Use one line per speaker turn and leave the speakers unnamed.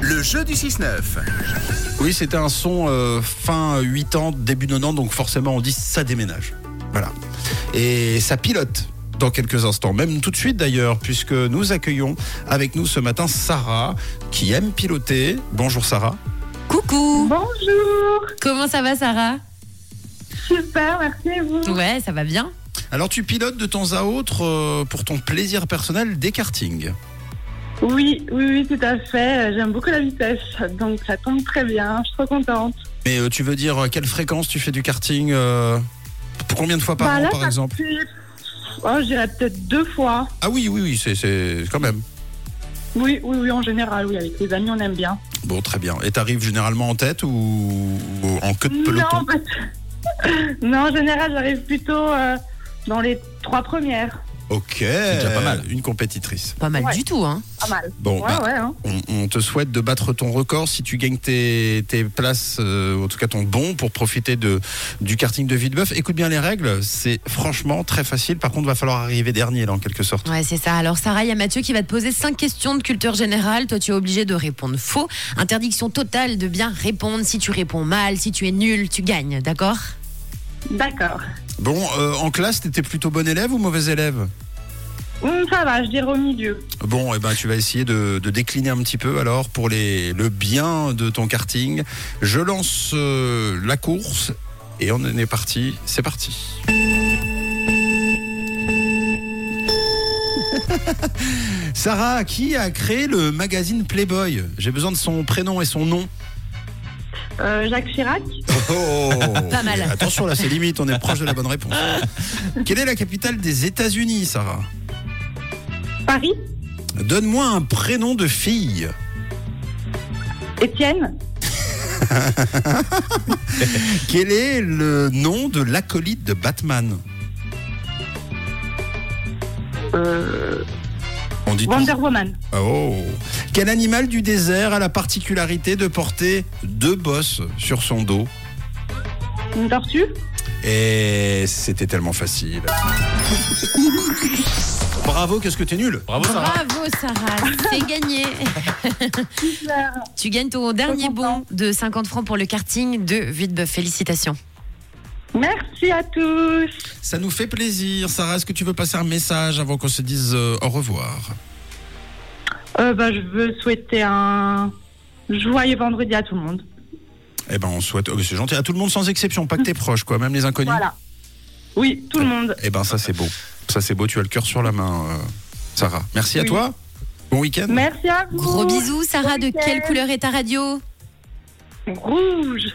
Le jeu du 6-9.
Oui, c'était un son euh, fin 8 ans, début 90, donc forcément on dit ça déménage. Voilà. Et ça pilote dans quelques instants, même tout de suite d'ailleurs, puisque nous accueillons avec nous ce matin Sarah, qui aime piloter. Bonjour Sarah.
Coucou
Bonjour,
Comment ça va Sarah
super, merci et vous.
Ouais, ça va bien.
Alors tu pilotes de temps à autre euh, pour ton plaisir personnel des kartings.
Oui, oui, oui, tout à fait. J'aime beaucoup la vitesse, donc ça tombe très bien. Je suis trop contente.
Mais euh, tu veux dire à quelle fréquence tu fais du karting euh, pour Combien de fois par
Bah,
an
là,
par
ça
exemple
fait, Oh, je dirais peut-être deux fois.
Ah oui, oui, oui, c'est- c'est quand même.
Oui, oui, oui, en général, oui, avec les amis, on aime bien.
Bon, très bien. Et t'arrives généralement en tête ou ou en queue de peloton
Non, bah, parce- non, en général, j'arrive plutôt euh, dans les trois premières.
Ok.
déjà pas mal.
Une compétitrice.
Pas mal
Ouais.
du tout, hein.
Pas mal.
Bon,
Ouais,
bah,
ouais. hein.
on, on te souhaite de battre ton record si tu gagnes tes, tes places, euh, en tout cas ton bon, pour profiter de, du karting de Villebeuf. Écoute bien les règles, c'est franchement très facile. Par contre, va falloir arriver dernier, là, en quelque sorte.
Ouais, c'est ça. Alors Sarah, il y a Mathieu qui va te poser cinq questions de culture générale. Toi, tu es obligé de répondre faux. Interdiction totale de bien répondre. Si tu réponds mal, si tu es nul, tu gagnes, d'accord
D'accord.
Bon, euh, en classe, t'étais plutôt bon élève ou mauvais élève
Hum, ça va, je dirais au milieu.
Bon, eh ben, tu vas essayer de, de décliner un petit peu alors pour les, le bien de ton karting. Je lance euh, la course et on en est parti. C'est parti. Sarah, qui a créé le magazine Playboy J'ai besoin de son prénom et son nom.
Euh, Jacques Chirac,
Oh
Pas mal.
Attention là, c'est limite, on est proche de la bonne réponse. Quelle est la capitale des États-Unis, Sarah
Paris,
Donne-moi un prénom de fille.
Étienne,
Quel est le nom de l'acolyte de Batman
euh,
On dit
Wonder Woman,
tout- Oh. Quel animal du désert a la particularité de porter deux bosses sur son dos
une tortue.
Et Eh, c'était tellement facile. Bravo, qu'est-ce que t'es nul
Bravo Sarah.
Bravo Sarah, c'est gagné. tu gagnes ton dernier bon
contente.
de 50 francs pour le karting de Villebeuf. Félicitations.
Merci à tous.
Ça nous fait plaisir. Sarah, est-ce que tu veux passer un message avant qu'on se dise euh, au revoir
Euh, bah, je veux souhaiter un joyeux vendredi à tout le monde.
Eh ben, on souhaite. oh, c'est gentil. À tout le monde sans exception, pas que tes proches, quoi, même les inconnus.
Voilà. Oui, tout le monde.
Eh ben, ça, c'est beau. Ça, c'est beau. Tu as le cœur sur la main, euh, Sarah. Merci à
Oui.
toi. Bon week-end.
Merci à vous.
Gros bisous Sarah, de
week-end.
quelle couleur est ta radio
Rouge.